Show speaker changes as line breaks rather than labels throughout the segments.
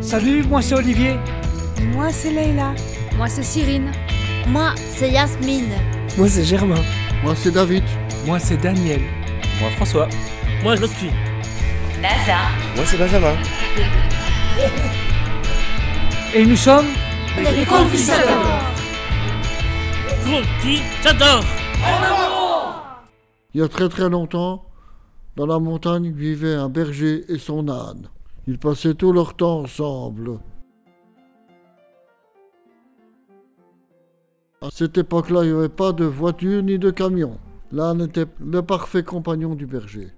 Salut, moi c'est Olivier.
Moi, c'est Leïla.
Moi, c'est Cyrine.
Moi, c'est Yasmine.
Moi, c'est Germain.
Moi, c'est David.
Moi, c'est Daniel.
Moi, François.
Moi, je me suis.
NASA.
Moi, c'est Benjamin.
Et nous sommes.
Les, les confisateurs.
Confisateurs.
Il y a très très longtemps, dans la montagne vivait un berger et son âne. Ils passaient tout leur temps ensemble. À cette époque-là, il n'y avait pas de voiture ni de camion. L'âne était le parfait compagnon du berger.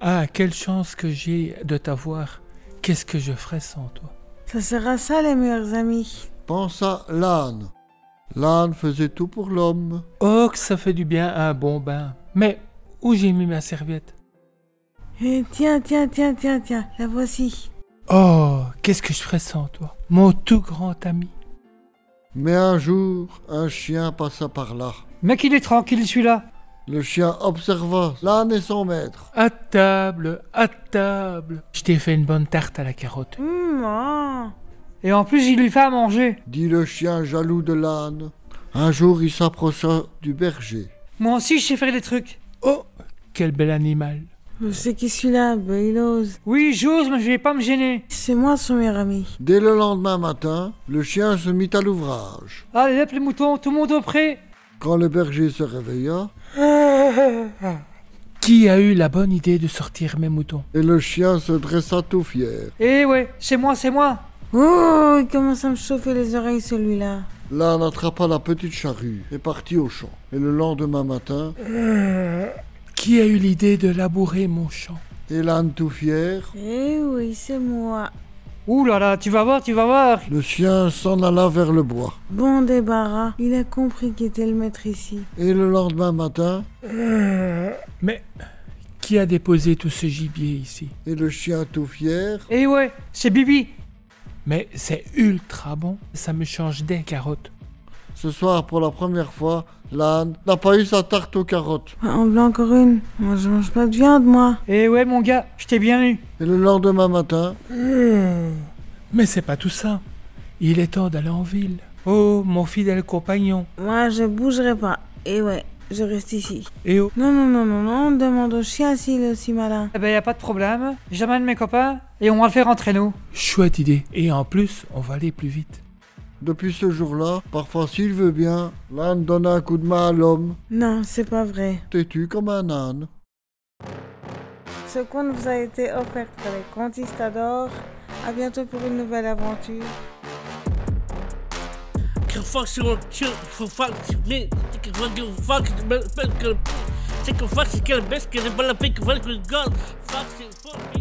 Ah, quelle chance que j'ai de t'avoir. Qu'est-ce que je ferais sans toi
Ça sera ça, les meilleurs amis.
Pense à l'âne. L'âne faisait tout pour l'homme.
Oh, que ça fait du bien à un bon bain. Mais où j'ai mis ma serviette
Et Eh, Tiens, tiens, tiens, tiens, tiens, la voici.
Oh, qu'est-ce que je ferais sans toi, mon tout grand ami.
Mais un jour, un chien passa par là.
Mais qu'il est tranquille celui-là.
Le chien observa l'âne et son maître.
À table, à table. Je t'ai fait une bonne tarte à la carotte.
Mmh, oh.
Et en plus, il lui fait à manger.
Dit le chien jaloux de l'âne. Un jour, il s'approcha du berger.
Moi aussi, je sais faire des trucs.
Oh, quel bel animal.
Je sais qui celui-là, ben il ose.
Oui, j'ose, mais je vais pas me gêner.
C'est moi son meilleur ami.
Dès le lendemain matin, le chien se mit à l'ouvrage.
Allez, hop les moutons, tout le monde au pré.
Quand le berger se réveilla,
Qui a eu la bonne idée de sortir mes moutons
et le chien se dressa tout fier.
Eh ouais, c'est moi, c'est moi.
Oh, il commence à me chauffer les oreilles celui-là.
L'âne attrapa la petite charrue et partit au champ. Et le lendemain matin,
Qui a eu l'idée de labourer mon champ
et l'âne tout fier,
Eh oui, c'est moi.
Ouh là là, tu vas voir, tu vas voir.
le chien s'en alla vers le bois.
Bon débarras, il a compris qui était le maître ici.
Et le lendemain matin,
Mais qui a déposé tout ce gibier ici
et le chien tout fier,
Eh ouais, c'est Bibi.
Mais c'est ultra bon, ça me change des carottes.
ce soir pour la première fois, l'âne n'a pas eu sa tarte aux carottes.
Ah, On veut encore une. Moi, je mange pas de viande, moi.
Eh ouais, mon gars, je t'ai bien eu.
Et le lendemain matin,
Mais c'est pas tout ça. Il est temps d'aller en ville. Oh, mon fidèle compagnon.
Moi, je bougerai pas. Et ouais, je reste ici.
Et oh,
Non, non, non, non, non, demande au chien s'il est aussi malin.
Eh ben, y a pas de problème. J'amène mes copains et on va le faire entre nous.
chouette idée. Et en plus, on va aller plus vite.
depuis ce jour-là, parfois s'il veut bien, l'âne donne un coup de main à l'homme,
Non, c'est pas vrai.
têtu comme un âne.
Ce conte vous a été offert par les Contistadors. À bientôt pour une nouvelle aventure.
Que fuck sur le cul, que fuck sur le que fuck, que fuck, que fuck, que fuck, que fuck, que fuck, que fuck, que fuck, que fuck, que fuck, que fuck, que fuck, que fuck, que fuck,